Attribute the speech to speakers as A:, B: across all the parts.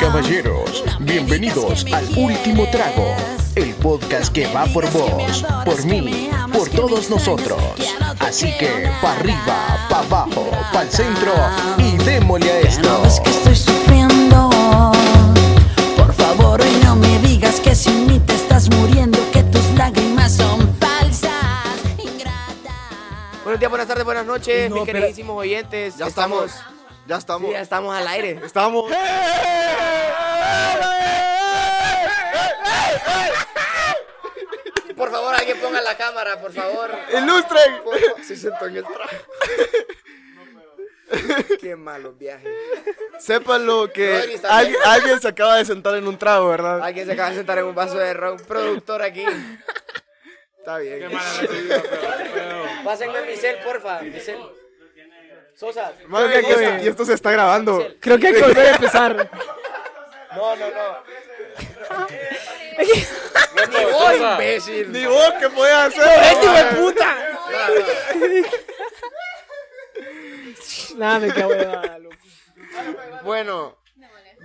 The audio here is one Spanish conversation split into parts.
A: caballeros, bienvenidos al último trago, el podcast que va por vos, por mí, por todos nosotros. Así que pa arriba, pa abajo, pa el centro y démosle
B: Ya
A: a
B: no
A: esto.
B: ves que estoy sufriendo. Por favor, hoy no me digas que sin mí te estás muriendo, que tus lágrimas son falsas, ingratas.
C: Buenos días, buenas tardes, buenas noches,
D: No,
C: mis
D: pero-
C: queridísimos oyentes.
E: Ya estamos. Ya estamos.
C: sí, ya estamos al aire.
E: Estamos.
C: Por favor, alguien ponga la cámara, por favor.
E: ¡Ilustren! Se sentó en el traje.
C: Qué malos viajes.
E: Sépanlo
C: Rodri
E: que
C: está
E: al-
C: bien.
E: alguien se acaba de sentar en un trago, ¿verdad?
C: Alguien se acaba de sentar en un vaso de ron. Productor aquí.
E: Está bien.
C: Pásenme a Michelle, porfa. Michelle. Sosa.
E: Madre mía, que esto- y esto se está grabando.
D: Creo que hay que volver a empezar.
C: No, no, no. Ni vos, imbécil.
E: Ni vos, ¿qué podés hacer?
D: puta! Nada, me cago en la- loco.
C: Bueno.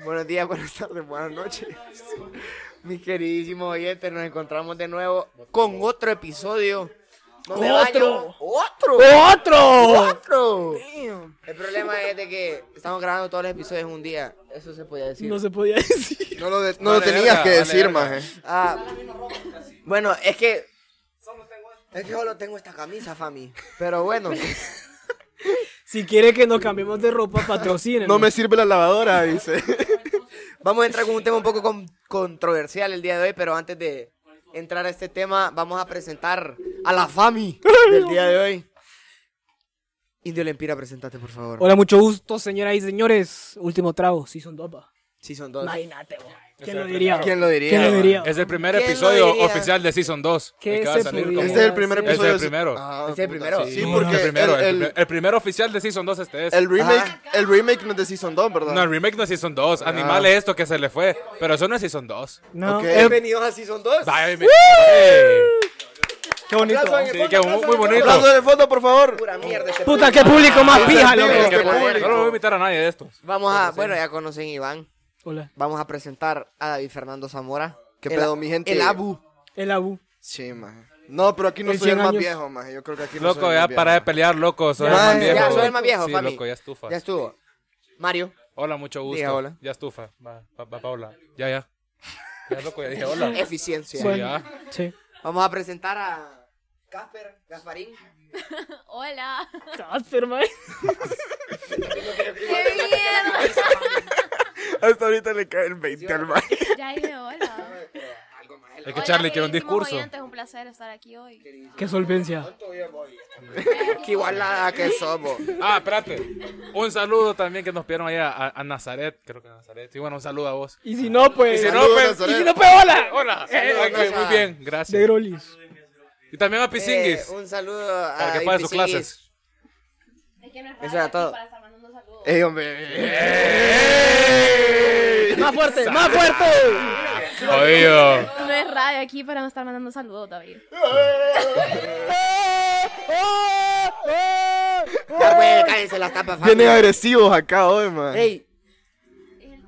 C: Buenos días, buenas tardes, buenas noches. Mis queridísimos oyentes, nos encontramos de nuevo con otro episodio. No me baño. Otro.
D: ¡Otro!
C: ¡Otro! El problema es de que estamos grabando todos los episodios en un día. Eso se podía decir.
D: No se podía decir.
E: No lo, de- no lo tenías que decir, maje.
C: Ah, bueno, es que. Es que solo tengo esta camisa, Fami. Pero bueno,
D: Si quiere que nos cambiemos de ropa, patrocinen.
E: No me sirve la lavadora, dice.
C: vamos a entrar con un tema un poco con- controversial el día de hoy. Pero antes de entrar a este tema, vamos a presentar a la Fami del día de hoy. Indio Lempira, presentate, por favor.
D: Hola, mucho gusto, señoras y señores. Último trago, Season 2, pa.
C: Sí, son dos.
D: Imagínate, vos. ¿Quién lo diría?
E: ¿Quién lo diría?
D: ¿Quién lo diría?
F: Es el primer
C: ¿Quién lo
F: episodio
C: diría?
F: oficial de Season 2.
D: ¿Qué
F: el que va a
D: se
F: salir
D: pudiera
F: como-
E: Este es el primer
D: Este
F: es el
E: episodio.
F: primero.
E: Ah,
C: Este es el
E: puta,
C: primero.
E: Sí,
F: No,
E: porque
F: el primero, el,
E: el,
F: primer- el primer oficial de Season 2 este es.
E: el remake, el remake no es de Season 2, ¿verdad?
F: no, el remake no es Season 2. Animal es esto que se le fue. Pero eso no es Season 2.
D: No,
E: Ok.
D: eh,
C: Bienvenidos a Season 2.
F: Vaya, mi- Eh,
D: qué bonito.
C: Aplauso en el
F: Sí,
C: fondo,
F: que
C: aplauso en
F: muy- muy
C: el fondo.
F: bonito.
E: Aplauso de fondo, por favor.
C: Pura mierda este
D: Puta, qué público más pija,
F: que-
D: loco.
E: Este
F: que-
E: público.
F: No lo voy a invitar a nadie de estos.
C: Vamos a, bueno, ya conocen a Iván.
D: Hola,
C: Vamos a presentar a David Fernando Zamora.
E: ¿Qué
C: El-
E: pedo, mi gente?
C: El Abu.
D: el Abu.
E: Sí, maje. No, pero aquí no
D: En
E: soy el
D: 100
E: más
D: años.
E: viejo, maje. Yo creo que aquí no
F: Loco,
E: soy el
F: ya
E: más
F: para de
E: viejo.
F: pelear, loco. Soy
E: Ya,
F: el más
E: ya,
F: viejo. ¿eh?
C: soy el más viejo,
F: Sí,
C: Fami.
F: loco, ya estufa.
C: Ya estuvo. Mario.
F: Hola, mucho gusto.
C: Diga hola.
F: Ya estufa. Va, va, va, Paula. Ya, ya. Ya, loco, ya dije hola.
C: Eficiencia.
F: Sí, ya.
D: Sí.
C: Vamos a presentar a Casper Gasparín.
G: Hola.
D: Casper, man.
G: Qué bien.
E: Hasta ahorita le cae el 20 al maje.
G: Ya dije hola.
F: Es que Charlie quiere un discurso.
G: Es un placer estar aquí hoy.
D: Qué solvencia.
C: Que igualada que somos.
F: Ah, espérate. Un saludo también que nos pidieron allá a, a Nazaret. Creo que Nazaret. Sí, bueno, un saludo a vos.
D: Y si no, pues.
F: Y si no,
E: Saludos,
F: pues-
E: Nazaret.
D: Y si no, pues, hola.
F: Hola. Eh,
C: Saludos,
F: ok,
C: Rosa.
F: muy bien,
D: De
F: gracias.
D: Grolis.
F: Y también a
C: Eh,
F: Pisinguis.
C: un saludo a
F: para que pague sus
C: Ipiciguis.
F: clases.
G: Es que no es
C: Eso
G: raro
C: era todo.
G: aquí para estar mandando saludos.
E: Ey, hombre.
D: Más fuerte, más fuerte.
F: Oído.
G: No es radio aquí para no estar mandando saludos, David.
C: Ya, güey, cállense las tapas, Fami.
E: Vienen agresivos acá hoy, maje.
C: Ey.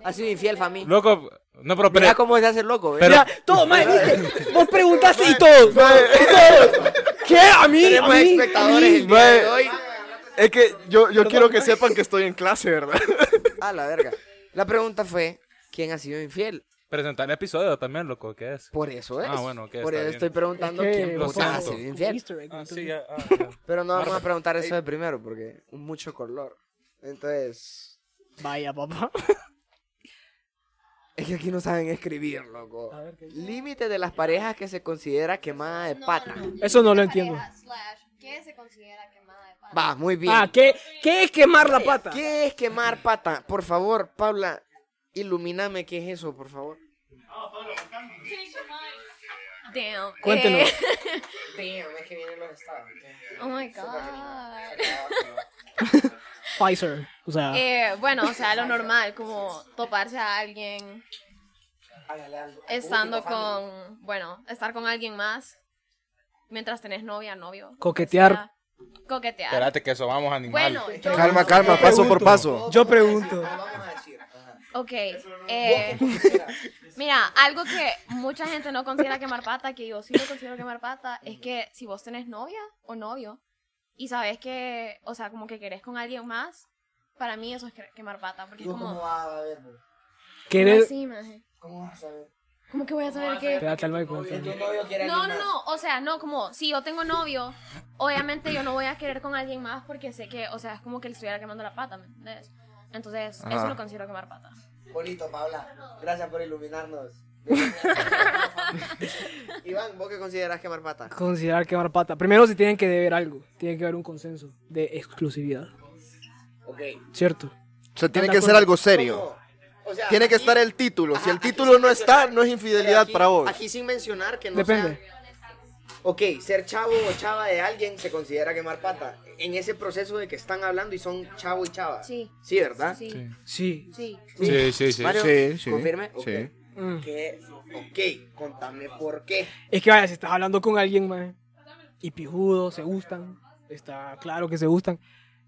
C: Ha sido infiel, Fami.
F: Loco, no, pero,
C: Mira
F: pero,
C: cómo se hace el loco, ¿eh?
F: pero-
D: Mira, todo, mae, ¿viste? Vos preguntaste y todo. ¿Qué? ¿A mí? ¿A
C: Tenemos
D: mí?
C: espectadores el día
E: Güey.
C: de hoy.
E: Es que yo, yo quiero que sepan que estoy en clase, ¿verdad?
C: A la verga. La pregunta fue, ¿quién ha sido infiel?
F: presentar el episodio también, loco, ¿qué es?
C: Por eso es.
F: Ah, bueno, ok,
C: Por eso
F: está bien.
C: estoy preguntando
D: Es que
C: quién
F: lo
C: puta ha
F: siento.
C: sido infiel.
F: Ah, sí, ya, ah, ya.
C: Pero no vamos a preguntar eso de primero porque mucho color. Entonces,
D: Vaya, papá.
C: es que aquí no saben escribir, loco. Límite de las parejas que se considera quemada de pata.
D: Eso no lo entiendo.
G: Pareja slash, ¿Qué se considera quemada de pata?
C: Va, muy bien.
D: Ah, ¿qué, ¿qué es quemar la pata?
C: ¿Qué es quemar pata? Por favor, Paula, ilumíname qué es eso, por favor.
G: Damn.
D: Cuéntenos.
G: Eh,
C: Damn, es que vienen los estados.
G: oh my god.
D: Pfizer. O sea,
G: Eh, bueno, o sea, lo normal, como toparse a alguien estando con, bueno, estar con alguien más mientras tenés novia, novio.
D: Coquetear.
G: O sea, coquetear.
F: Espérate que eso vamos a animar.
G: Bueno, yo-
E: Calma, calma, paso por paso.
D: yo pregunto.
C: Vamos a decir.
G: Ok, Ok. eh, mira, algo que mucha gente no considera quemar pata, que yo sí lo considero quemar pata, es que si vos tenés novia o novio y sabes que, o sea, como que querés con alguien más, para mí eso es que- quemar pata, porque es como... eh.
C: vas a ver, bro?
D: Querer.
G: así, maje?
C: ¿Cómo vas a saber?
G: ¿Cómo que voy a saber qué?
D: Espérate al mic,
C: Si
D: espérate.
C: tu novio quiere
G: No,
C: alguien
G: no,
C: más.
G: no, o sea, no, como si yo tengo novio, obviamente yo no voy a querer con alguien más porque sé que, o sea, es como que le estuviera quemando la pata, ¿me entiendes? Entonces, eso lo considero quemar pata.
C: Bonito, Paula. Gracias por iluminarnos. Iván, ¿vos qué considerás quemar pata?
D: Considerar quemar pata. Primero se tienen que deber algo. Tiene que haber un consenso de exclusividad.
C: Ok.
D: ¿Cierto?
E: O sea, tiene
D: de
E: que ser
D: acuerdo.
E: algo serio.
C: O sea,
E: Tiene que
C: aquí-
E: estar el título. Si
C: Ajá,
E: el
C: aquí
E: título
C: sin
E: no está,
C: mencionar-
E: no es infidelidad
C: aquí-
E: para vos.
C: Aquí sin mencionar que no
D: Depende.
C: sea- Ok, ser chavo o chava de alguien se considera quemar pata. En ese proceso de que están hablando y son chavo y chava.
G: Sí.
C: Sí, ¿verdad?
G: Sí,
F: Sí.
D: Sí.
G: sí.
F: Sí, sí, sí.
C: Mario,
E: Sí, sí.
C: ¿confirme? Ok.
E: Sí.
D: Mm.
C: ¿Qué? Ok, contame por qué.
D: Es que vaya, si estás hablando con alguien, más y pijudo, se gustan, está claro que se gustan,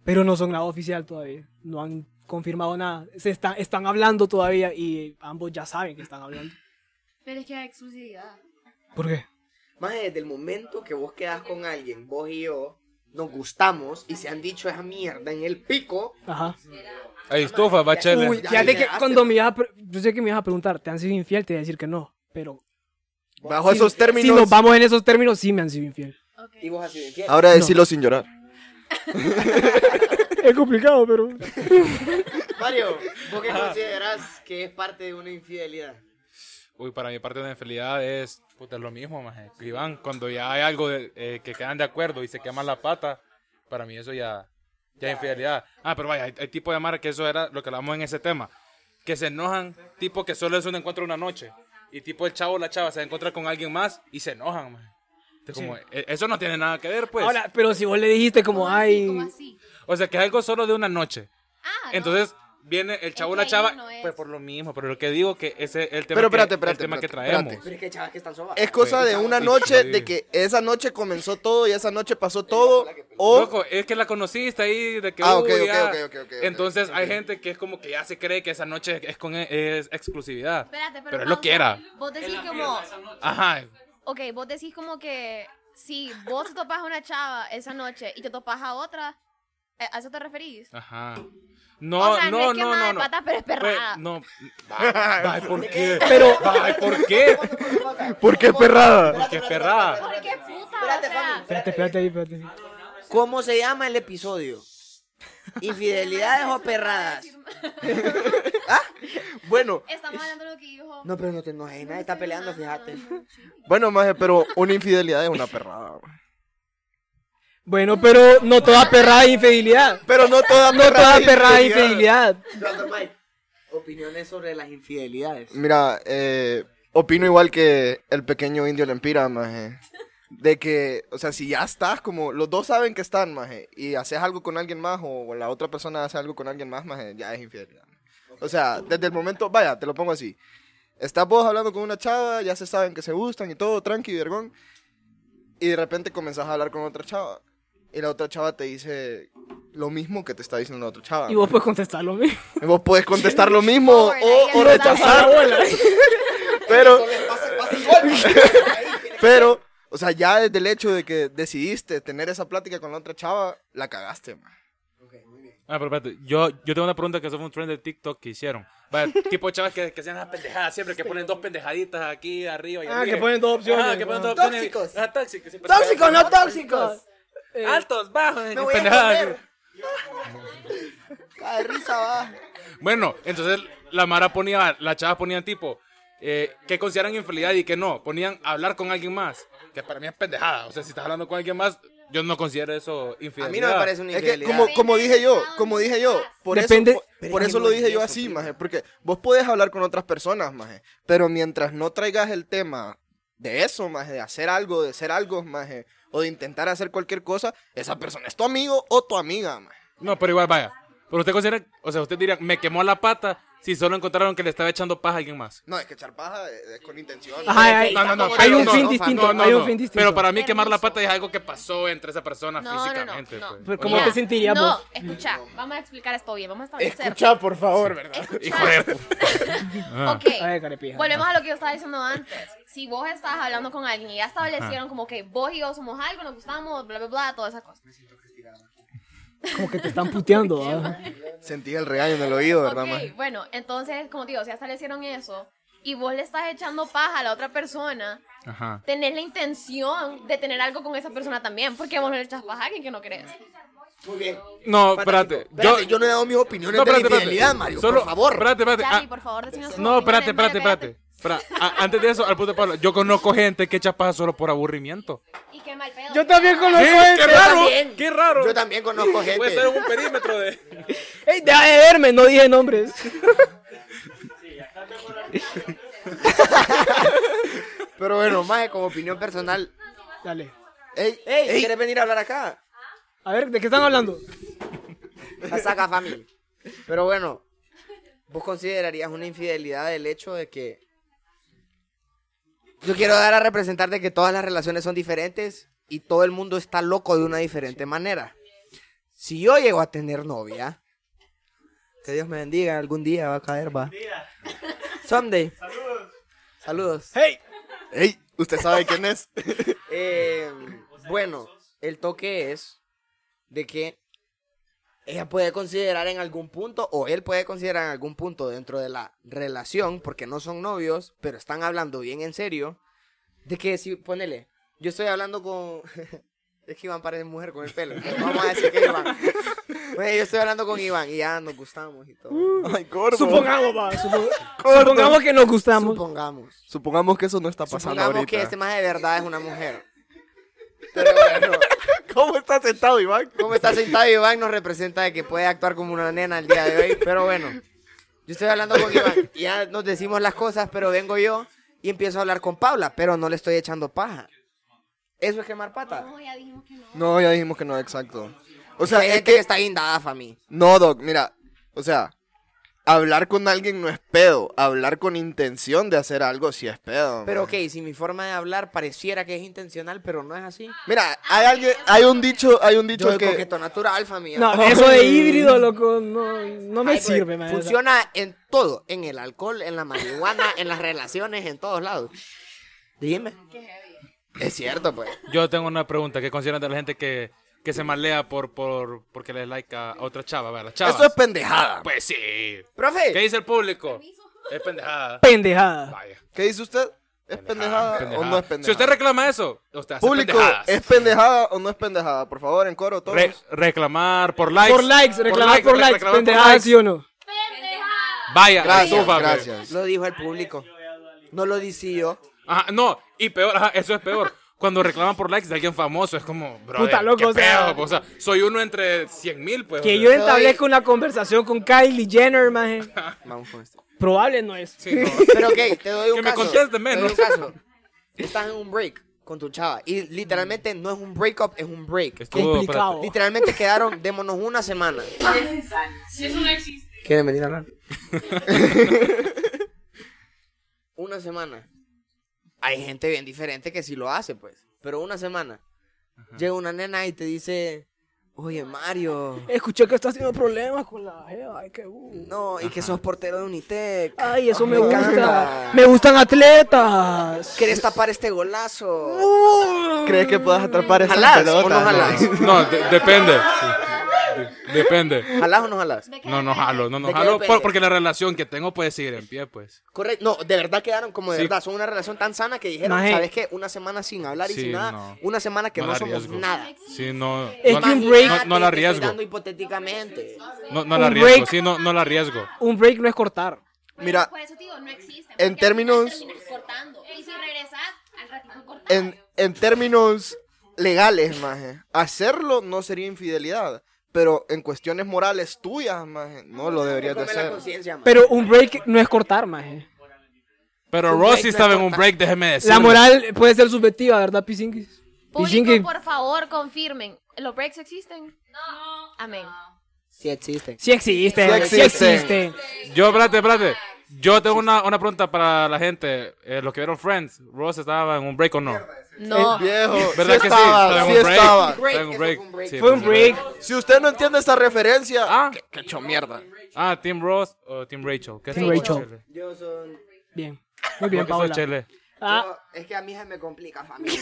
D: pero no son nada oficial todavía, no han confirmado nada, se está- están hablando todavía y ambos ya saben que están hablando.
G: Pero es que hay exclusividad.
D: ¿Por qué?
C: Más desde el momento que vos quedás con alguien, vos y yo, nos gustamos y se han dicho esa mierda en el pico.
D: Ajá.
F: Ahí estufa, bachele.
D: Uy,
C: ya,
D: fíjate
C: ya,
D: que
C: ya.
D: cuando me ibas a, pre- yo sé que me ibas a preguntar, ¿te han sido infiel? Te voy a decir que no, pero
E: Bajo
D: si-
E: esos términos.
D: si nos vamos en esos términos, sí me han sido infiel.
C: Y vos así de infiel.
E: Ahora decirlo sin llorar.
D: es complicado, pero...
C: Mario, ¿vos qué considerás que es parte de una infidelidad?
F: Uy, para mi parte de la infidelidad es, puta, es lo mismo, maje. Que Iván, cuando ya hay algo de- eh, que quedan de acuerdo y se queman la pata, para mí eso ya, ya es infidelidad. Ah, pero vaya, hay, hay tipo de mar que eso era lo que hablamos en ese tema. Que se enojan, tipo que solo es un encuentro una noche. Y tipo el chavo o la chava se encuentra con alguien más y se enojan, maje. Entonces, como, eh, eso no tiene nada que ver, pues.
D: Ahora, pero si vos le dijiste como, ay...
G: ¿Cómo así?
F: o sea, que es algo solo de una noche.
G: Ah, no.
F: Entonces, viene el chavo o la
G: que ahí
F: chava,
G: no es.
F: pues por lo mismo, pero lo que digo que ese es el tema,
E: Pero
F: que,
E: espérate,
F: el
E: espérate,
F: tema que
E: espérate,
F: traemos.
E: espérate.
C: Pero es que hay chavas que están sobas.
E: Es cosa de una
F: Sí,
E: noche,
F: sí.
E: de que esa noche comenzó todo y esa noche pasó todo. O
F: Loco, es que la conociste ahí de que
E: Ah,
F: "Uy,
E: ok, ok,
F: ya".
E: ok, ok, ok, ok.
F: Entonces hay gente que es como que ya se cree que esa noche es con e, es exclusividad.
G: Espérate, pero,
F: es lo
G: pausa.
F: que era.
G: Vos decís como,
F: Ajá.
G: ok, vos decís como que si vos te topas a una chava esa noche y te topas a otra, ¿eh, ¿a eso te referís?
F: Ajá. No,
G: o sea,
F: no,
G: es
F: no,
G: quemada
F: no,
G: de
F: no.
G: pata, pero es
F: Pues,
G: perrada.
F: no. Ay, ¿por qué?
D: Pero-
F: Ay, ¿por qué?
E: ¿Por qué perrada?
F: Porque es perrada.
G: Porque puta,
C: Espérate,
G: o sea,
C: Fabi.
D: Espérate, espérate ahí, espérate.
C: ¿Cómo se llama el episodio? ¿Infidelidades o perradas? ¿Ah?
E: Bueno,
G: estamos hablando de lo que dijo.
C: No, pero no te enojes, nadie está peleando, fíjate.
E: bueno, maje, pero una infidelidad es una perrada. güey.
D: Bueno, pero no toda perrada es infidelidad.
E: Pero no toda
D: No toda perrada es infidelidad.
C: Doctor Mike, opiniones sobre las infidelidades.
H: Mm,
E: Mira, eh, opino igual que el pequeño indio Lempira, maje. De que, o sea, si ya estás como, los dos saben que están, maje, y haces algo con alguien más o, o la otra persona hace algo con alguien más, maje, ya es infidelidad. O sea, desde el momento, vaya, te lo pongo así. Estás vos hablando con una chava, ya se saben que se gustan y todo, tranqui, vergón. Y de repente comenzás a hablar con otra chava. Y la otra chava te dice lo mismo que te está diciendo la otra chava.
D: Y vos puedes contestarlo, mismo.
E: Y vos puedes contestar lo mismo
G: Pobre, ahí
E: o,
G: le
E: o
G: mandaste.
E: rechazar. Pero, pero, o sea, ya desde el hecho de que decidiste tener esa plática con la otra chava, la cagaste, man.
F: Ah, pero espérate, yo, yo tengo una pregunta que eso fue un trend de TikTok que hicieron. Vaya, tipo de chavas que, que hacían las pendejadas siempre, que ponen dos pendejaditas aquí, arriba y
D: Ah,
F: arriba.
D: que ponen dos opciones,
F: Ah, que ponen dos
C: Tóxicos.
F: opciones. Ah, tóxicos. siempre.
C: ¡Tóxicos, no tóxicos!
F: Altos, bajos,
C: Eh, ¡Me voy a
F: pendejadas.
C: comer! Cada risa va.
F: Bueno, entonces la Mara ponía, las chavas ponían tipo, eh, que consideran infidelidad y que no. Ponían hablar con alguien más, que para mí es pendejada. O sea, si estás hablando con alguien más, yo no considero eso
C: A
F: infidelidad.
C: mí no me parece una
E: Es que,
C: infidelidad.
E: como, como dije yo, como dije yo, por
D: Depende-
E: eso, por, por eso lo dije yo así, maje, porque vos podés hablar con otras personas, maje, pero mientras no traigas el tema de eso, maje, de hacer algo, de ser algo, maje, o de intentar hacer cualquier cosa, esa persona es tu amigo o tu amiga, maje.
F: No, pero igual, vaya. Pero usted considera, o sea, usted diría, me quemó la pata si solo encontraron que le estaba echando paja a alguien más.
E: No, es que echar paja es es con intención.
D: Ajá, hay-
F: No, no, no,
D: hay
F: pero
D: un
F: no,
D: fin
F: no,
D: distinto,
F: no, no,
D: hay un
F: no.
D: fin distinto.
F: Pero para mí quemar la
G: Hermoso.
F: pata es algo que pasó entre esa persona
G: No, no, no,
F: físicamente.
G: no.
F: pues.
D: Pero ¿cómo
F: O sea,
D: te sentirías
G: no,
D: vos?
G: escucha, vamos a explicar esto bien, vamos a establecer.
H: Escucha, por favor, ¿verdad?
F: Hijo de... Ah.
G: Ok,
D: Ay, carepija.
G: volvemos a lo que yo estaba diciendo antes. Si vos estás hablando con alguien y ya
F: Ah.
G: establecieron como que vos y yo somos algo, nos gustamos, bla, bla, bla, todas esas cosas.
D: Como que te están puteando, ¿verdad?
E: Sentí el regaño en el oído, ¿verdad, maje?
G: Ok, bueno, entonces, como te digo, si ya establecieron eso y vos le estás echando paja a la otra persona,
F: Ajá.
G: tenés la intención de tener algo con esa persona también, porque vos no le echas paja a alguien que no crees.
F: Ah.
C: Muy bien.
F: No, espérate.
C: Yo, yo no he dado mis opiniones
F: No,
C: de la
F: espérate, espérate.
C: infidelidad, Mario,
F: Solo-
C: por favor.
F: Espérate, espérate.
G: Charlie,
F: Ah,
G: por favor, decinos
F: No, espérate, espérate, espérate. Espera, a- antes de eso, al punto de Pablo, yo conozco gente que echa paja solo por aburrimiento.
G: Y qué mal pedo.
H: Yo también conozco
F: Sí,
H: gente.
C: Yo también.
F: ¡Qué raro!
C: Yo también conozco gente.
F: Puede ser un perímetro de...
D: ¡Ey, deja de verme! No dije nombres.
C: Pero bueno, Maje, como opinión personal.
D: Dale.
C: Ey, ey, ¿quieres venir a hablar acá?
D: A ver, ¿de qué están hablando?
C: La saca family. Pero bueno, ¿vos considerarías una infidelidad el hecho de que. Yo quiero dar a representar de que todas las relaciones son diferentes y todo el mundo está loco de una diferente manera. Si yo llego a tener novia, que Dios me bendiga, algún día va a caer, va. Someday. Saludos. Saludos.
D: ¡Hey!
E: Ey, ¿usted sabe quién es?
C: Eh, bueno, el toque es de que ella puede considerar en algún punto o él puede considerar en algún punto dentro de la relación, porque no son novios, pero están hablando bien en serio, de que si, ponele, yo estoy hablando con... Es que Iván parece mujer con el pelo. pero Vamos a decir que es Iván. Bueno, yo estoy hablando con Iván y ya nos gustamos y todo.
E: Ay, gordo.
D: Supongamos, va. supo- Supongamos que nos gustamos.
C: Supongamos.
E: Supongamos que eso no está pasando
C: Supongamos
E: ahorita.
C: que este más de verdad es una mujer. Pero bueno.
E: ¿Cómo está sentado, Iván?
C: Como está sentado Iván nos representa de que puede actuar como una nena el día de hoy, pero bueno. Yo estoy hablando con Iván, y ya nos decimos las cosas, pero vengo yo y empiezo a hablar con Paula, pero no le estoy echando paja. Eso es quemar pata.
G: No, ya dijimos que no.
E: No, ya dijimos que no, exacto. O sea,
C: Hay
E: es
C: gente
E: que...
C: que está guindada, fami.
E: No, Doc, mira, o sea, hablar con alguien no es pedo. Hablar con intención de hacer algo sí es pedo.
C: Pero
E: man.
C: ok, si mi forma de hablar pareciera que es intencional, pero no es así.
D: Ah.
E: Mira, hay alguien, hay un dicho, hay un
C: Yo
E: dicho
C: soy
E: que...
C: coqueto natural, fami.
D: No,
C: Ay,
D: eso de híbrido, loco, no, no me
C: güey,
D: sirve, man.
C: Funciona en todo, en el alcohol, en la marihuana, en las relaciones, en todos lados. Dime. Es cierto, pues.
F: Yo tengo una pregunta. ¿Qué consideran de la gente que, que se malea por, por, porque le like a otra chava? ¿verdad? Las chavas.
E: Eso es pendejada.
F: Pues sí.
C: Profe.
F: ¿Qué dice el público? Es pendejada.
D: Pendejada.
F: Vaya.
E: ¿Qué dice usted? ¿Es pendejada, o no es pendejada?
F: Si usted reclama eso, usted hace
E: Público,
F: pendejadas.
E: ¿es pendejada o no es pendejada? Por favor, en coro todos.
F: Re- reclamar por likes.
D: Por likes, reclamar por likes.
F: reclamar por
D: Pendejadas,
F: likes.
D: ¿sí o no?
F: Vaya,
E: gracias,
F: suba, güey.
E: gracias.
C: Lo dijo el público. No lo E dije yo.
F: Ajá, no, y peor, ajá, eso es peor. Cuando reclaman por likes de alguien famoso, es como, bro,
D: Puta, loco, o sea-
F: pues, o sea, soy uno entre 100 mil, pues.
D: Que
F: o
D: yo
F: sea.
D: establezca una conversación con Kylie Jenner, man.
C: Vamos con esto.
D: Probable no es.
F: Sí, no.
C: Pero ok, te doy un
F: Que me
C: caso.
F: conteste menos.
C: Te doy un caso. Estás en un break con tu chava. Y literalmente no es un breakup, es un break.
F: Estuvo-
D: Complicado.
C: Literalmente quedaron, démonos una semana. ¿Quieren venir a hablar? una semana. Hay gente bien diferente que sí lo hace, pues. Pero una semana. Llega una nena y te dice, oye, Mario.
D: Escuché que estás teniendo problemas con la jeva, ay, qué bu-
C: No, y que sos portero de Unitec.
D: Ay, eso me
C: Me
D: gusta.
C: encanta.
D: Me gustan atletas.
C: ¿Querés tapar este golazo?
E: ¿Crees que puedas atrapar esa
C: ¿Jalás
E: pelota?
C: o no jalás?
F: No, de- depende. De- Depende.
C: ¿Jalás o no jalás?
F: No, no jalo, no, no
C: ¿De qué
F: jalo. por-
C: depende?
F: porque la relación que tengo puede seguir en pie, pues.
C: Correcto. No, de verdad quedaron como de
F: Sí.
C: verdad. Son una relación tan sana que dijeron,
D: Maje.
C: ¿sabes qué? Una semana sin hablar y
F: Sí,
C: sin nada.
F: no.
C: Una semana que no,
F: la
C: somos
F: arriesgo.
C: nada.
F: Sí, no.
D: Es
F: no,
D: que un
F: no-
D: break-
F: no, no
C: Te
F: la
C: estoy
F: arriesgo.
C: dando hipotéticamente.
F: No, no la
D: un
F: arriesgo.
D: break.
F: Sí, no, no la arriesgo.
D: Un break no es cortar.
E: Mira,
G: Por eso te digo, no existe.
E: en
G: porque al final
E: términos-
G: terminas cortando. Y si regresas, al ratito cortas.
E: en, en términos legales, maje, hacerlo no sería infidelidad. Pero en cuestiones morales tuyas, maje, no lo deberías de
C: Come la
E: hacer.
C: conciencia, man.
D: Pero un break no es cortar, maje.
F: Pero
C: Un break
F: Rosy
C: no
F: estaba en un
C: importa.
F: break, déjeme decir.
D: La moral puede ser subjetiva, ¿verdad, Pisingis?
G: Público,
D: Pisingis.
G: por favor, confirmen. ¿Los breaks existen? No. Amén.
C: Sí existen.
D: Sí existe,
E: Sí
D: sí
E: existen.
D: existe.
F: Yo, espérate, espérate. Yo tengo una, una pregunta para la gente. Eh, los que vieron Friends, Ross estaba en un break o no.
G: No.
E: Viejo,
F: ¿Verdad
E: sí
F: que sí?
E: estaba,
F: Estaba en
E: sí
F: un break.
E: estaba.
F: Estaba en un break. Sí,
D: Fue un break.
E: Si usted no entiende esta referencia,
F: Ah,
E: qué hecho mierda.
F: ah, Team Ross o Team Rachel. ¿Qué
D: Team
F: es
D: Rachel.
F: Chele?
C: Yo son...
D: Bien. Muy
F: ¿Por
D: bien,
F: qué soy
D: Paola.
F: Chele?
D: Ah,
C: Es que a mí se me complica, familia.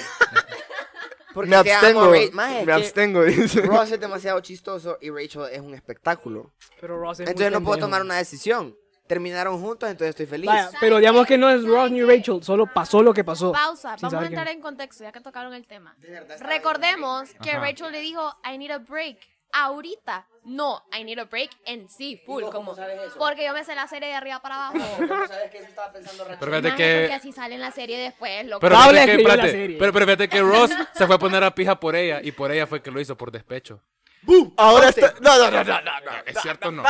E: Me
C: te
E: abstengo.
C: amo, Ra- Maje,
E: Me
C: que-
E: abstengo, dice.
C: Ross es demasiado chistoso y Rachel es un espectáculo.
D: pero Ross es muy
C: Entonces no puedo
D: pendejo.
C: tomar una decisión. Terminaron juntos, entonces estoy feliz.
D: Vaya, pero digamos que no es Ross ni Rachel, solo pasó lo que pasó.
G: Pausa,
D: Sin
G: vamos a
D: saber
G: entrar
D: quién.
G: en contexto ya que tocaron el tema. Recordemos que
F: Ajá.
G: Rachel le dijo, I need a break. Ahorita, no, I need a break en sí, full. como, Porque yo me sé la serie de arriba para abajo.
F: Pero
G: Maje,
F: fíjate que.
G: Porque así sale en la serie después, loco.
F: Pero
D: Paola
F: fíjate, que,
D: escribió la
F: espérate,
D: serie.
F: pero, pero fíjate que Ross se fue a poner a pija por ella y por ella fue que lo hizo por despecho.
E: Ahora está. No, no, no, no, no. no.
F: ¿Es cierto o no?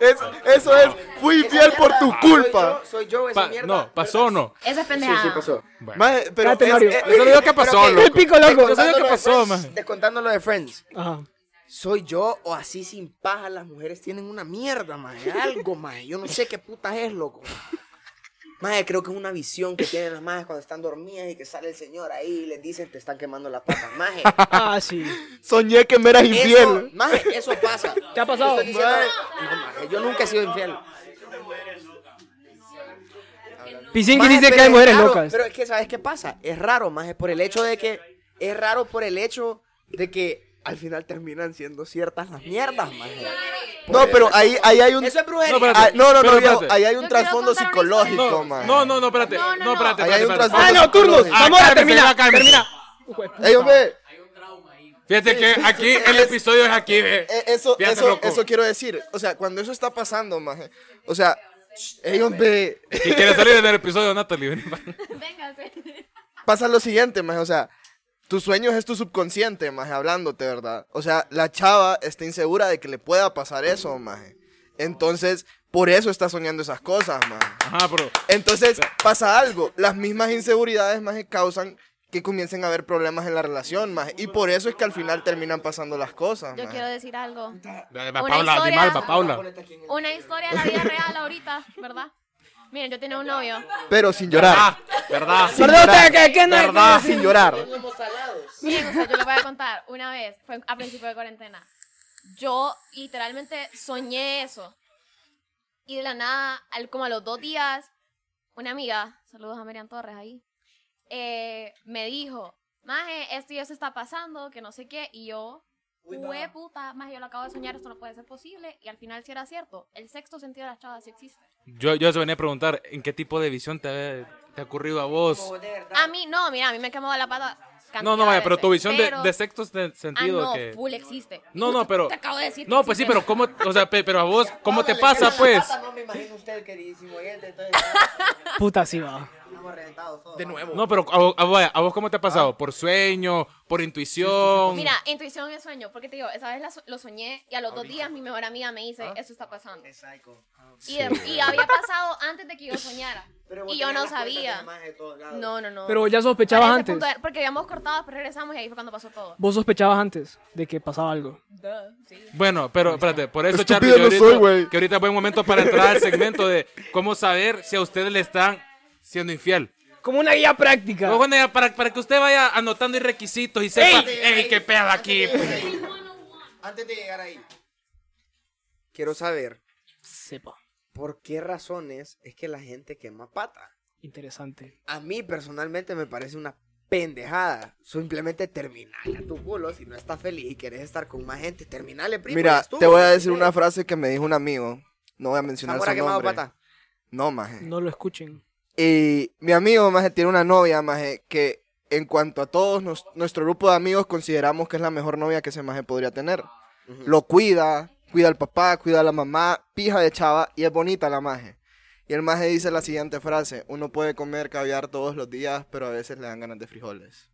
E: Es- eso es, fui fiel por tu culpa.
C: Ah, Soy yo, soy yo esa
F: Pa-
C: mierda.
F: no, pasó o no.
G: Esa es pendejada.
F: Bueno.
E: Maje, pero
D: Espérate,
E: es-
D: Mario.
E: es-
F: Yo solo digo que pasó,
C: Pero que-
F: loco.
D: El pico loco.
F: Yo solo digo que pasó,
C: Friends,
F: man.
C: Descontando lo de Friends.
D: Ajá.
C: ¿Soy yo o así sin paja las mujeres tienen una mierda, maje? Algo, maje. Yo no sé qué puta es, loco. Maje, creo que es una visión que tienen las majes cuando están dormidas y que sale el señor ahí y les dicen te están quemando las patas, maje.
D: Ah, sí.
E: soñé que me eras
C: Eso,
E: infiel.
C: maje, eso pasa.
D: ¿Te ha pasado?
C: Yo estoy diciendo, no, maje, yo nunca he sido infiel.
D: Pisinki
C: Maje,
D: dice que
C: pero
D: hay
C: es
D: mujeres
C: raro,
D: locas.
C: Pero es que, ¿sabes qué pasa? Es raro, maje, por el hecho de que. Es raro por el hecho de que al final terminan siendo ciertas las mierdas, maje.
E: No, pero ahí, ahí hay un.
C: Eso es brujería.
F: No, pero-
E: ah, no, no, no,
F: Pero
E: viejo,
F: espérate.
E: ahí hay un
G: Yo quiero
E: trasfondo
G: contar una historia.
E: psicológico, man.
F: No, no, no, espérate.
G: No, no,
F: No,
G: no.
F: espérate,
E: Ahí hay
F: espérate.
E: un
F: espérate.
E: trasfondo.
D: Ah, no, turnos.
F: Ah,
D: Vamos a
F: cálmese,
D: terminar.
F: ya, cálmese.
D: Termina.
E: Ey, hombre,
F: Fíjate que aquí el episodio es aquí, ve.
E: eh, eso,
F: Fíjate,
E: eso,
F: loco.
E: eso quiero decir. O sea, cuando eso está pasando, maje. O sea, ey, hombre.
F: Si quieres salir del episodio, Natalie, ven.
G: Véngase.
E: pasa lo siguiente, maje, o sea, tus sueños es tu subconsciente, maje, hablándote, ¿verdad? O sea, la chava está insegura de que le pueda pasar eso, maje. Entonces, por eso está soñando esas cosas, maje.
F: Ajá, Ah, pero.
E: Entonces, pasa algo, las mismas inseguridades, maje, causan que comiencen a haber problemas en la relación, maje. Y por eso es que al final terminan pasando las cosas,
G: Yo
E: maje.
G: quiero decir algo.
F: Dale, Va,
G: Una
F: Paula,
G: historia.
F: animal, va, Paula.
G: Una historia de la vida real ahorita, ¿verdad? Miren, yo tenía un novio.
E: Pero sin llorar.
F: Ah, ¿verdad?
D: Perdón, que, que no hay-
E: ¿Verdad? Sin llorar.
G: Miren, o sea, yo les voy a contar. Una vez, fue a principio de cuarentena. Yo literalmente soñé eso. Y de la nada, al- como a los dos días, una amiga, saludos a Miriam Torres ahí, eh, me dijo, Maje, esto y eso está pasando, que no sé qué. Y yo, hue puta, Maje, yo lo acabo de soñar, esto no puede ser posible. Y al final sí era cierto. El sexto sentido de las chavas sí existe.
F: Yo, yo se venía a preguntar, ¿en qué tipo de visión te, ha- te ha ocurrido a vos?
G: A mí, no, mira, a mí me quemaba la pata. cantidad
F: No, no,
G: de
F: vaya, pero
G: veces,
F: tu visión de,
G: pero-
F: de sexto sen-
G: Ah,
F: sentido
G: no,
F: que...
G: full existe.
F: No, no, pero...
G: Te acabo de decir. que
F: No, pues sí,
G: existe.
F: pero ¿cómo, o sea, pe- pero a vos, cómo te pasa, pues?
C: No me imagino usted, queridísimo oyente, entonces
D: Puta, sí va.
C: estamos reventados todos.
E: De nuevo. Ah.
F: No, pero a, vos- a vos- vaya, ¿a vos cómo te ha pasado? ¿Por sueño? ¿Por intuición?
G: Mira, intuición es sueño, porque te digo, esa vez la so- lo soñé y a los dos días mi mejor amiga me dice, eso está pasando. Y, de- y había pasado antes de que yo soñara. Y yo no sabía. No, no, no.
D: Pero ya sospechabas
G: Para ese
D: antes.
G: punto era- porque habíamos cortado, pero regresamos y ahí fue cuando pasó todo.
D: Vos sospechabas antes de que pasaba algo.
F: Bueno, pero espérate, por eso,
E: Estúpido
F: Charlie, que
E: no
F: ahorita,
E: soy, güey.
F: que ahorita es buen momento para entrar al segmento de cómo saber si a ustedes le están siendo infiel.
D: Como una guía práctica.
F: Pero bueno, ya para, para que usted vaya anotando y requisitos y sepa, ¡ey, qué pedo aquí! pues.
C: Antes de llegar ahí, quiero saber
D: Sepa.
C: por qué razones es que la gente quema pata.
D: Interesante.
C: A mí personalmente me parece una pendejada. Simplemente terminale a tu culo si no estás feliz y querés estar con más gente. Terminale primo. ya
E: Mira,
C: estuvo,
E: te voy a
C: ¿qué
E: decir
C: querés?
E: una frase que me dijo un amigo. No voy a mencionar
C: Zamora
E: su
C: quemado
E: nombre.
C: pata.
E: No, maje.
D: No lo escuchen.
E: Y mi amigo, maje, tiene una novia, maje, que en cuanto a todos nos- nuestro grupo de amigos consideramos que es la mejor novia que ese maje podría tener. Lo cuida, cuida al papá, cuida a la mamá, pija de chava y es bonita la maje. Y el maje dice la siguiente frase, uno puede comer caviar todos los días, pero a veces le dan ganas de frijoles.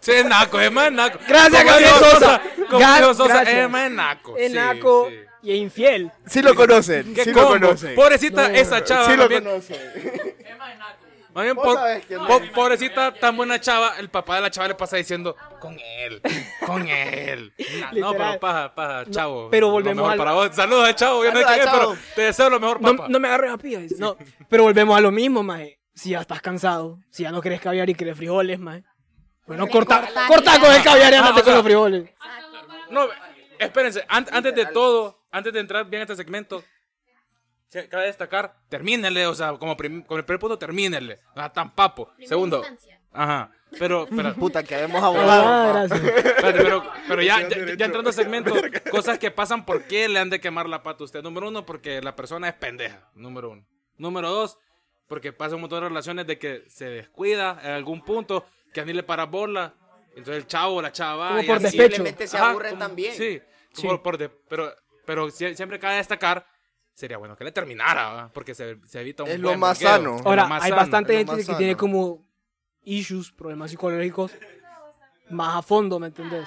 F: Sí, es naco, es más naco.
D: Gracias,
F: Como
D: Gabriel
F: dijo
D: Sosa.
F: Como
D: Gra-
F: dijo Sosa,
D: gracias.
F: es más naco. Oh, Sí,
D: Enaco
F: sí.
D: y es infiel.
E: Sí lo conocen,
F: ¿Qué
E: sí lo
F: combo?
E: conocen.
F: Pobrecita
D: No.
F: esa chava.
E: Sí lo
F: también.
E: conocen.
F: Ma, Más bien,
E: Vos
F: po-
E: sabés que no.
F: po- pobrecita, tan buena chava, el papá de la chava le pasa diciendo, con él, con él. Na- No,
D: Literal.
F: pero paja, paja, chavo.
D: pero
F: Lo
D: volvemos
F: mejor
D: al-
F: para vos. Saludos a chavo, yo no sé
C: Saludos
F: quién es,
C: a Chavo.
F: pero te deseo lo mejor,
D: No,
F: papá.
D: no me agarres a pilla. dice. No, pero volvemos a lo mismo, maje. Si ya estás cansado, si ya no querés caviar y querés frijoles, maje. Bueno, corta,
G: corta,
D: corta con el caviar y
F: Ah,
D: andate
F: o sea,
D: con los frijoles.
F: No, espérense, an- antes de todo, antes de entrar bien a este segmento, se- cabe destacar, termínenle, o sea, como prim- con el primer punto, termínenle. No sea tan papo. Segundo.
G: instancia.
F: Ajá. Pero, pero,
E: Puta, que hemos
D: Ah,
E: abogado.
D: gracias.
F: espérate, pero, pero ya, ya, ya entrando al segmento, cosas que pasan, ¿por qué le han de quemar la pata a usted? Número uno, porque la persona es pendeja. Número uno. Número dos, porque pasa un montón de relaciones de que se descuida en algún punto, que a mí le para bola. Entonces el chavo o la chava.
D: Como
F: y
D: por
F: así-
D: despecho.
C: Simplemente se
F: Ajá,
C: aburren
F: como-
C: también.
F: Sí,
D: Sí.
F: Por, por de- pero, pero sie- siempre cabe destacar, sería bueno que le terminara, ¿verdad? porque se, se evita un
E: Es lo
F: buen
E: más
F: vergueo.
E: sano.
F: Es lo
D: Ahora,
F: más
D: hay
F: sano.
D: bastante
E: es lo
D: gente
E: más
D: que tiene
E: sano.
D: como issues, problemas psicológicos más a fondo, ¿me entendés?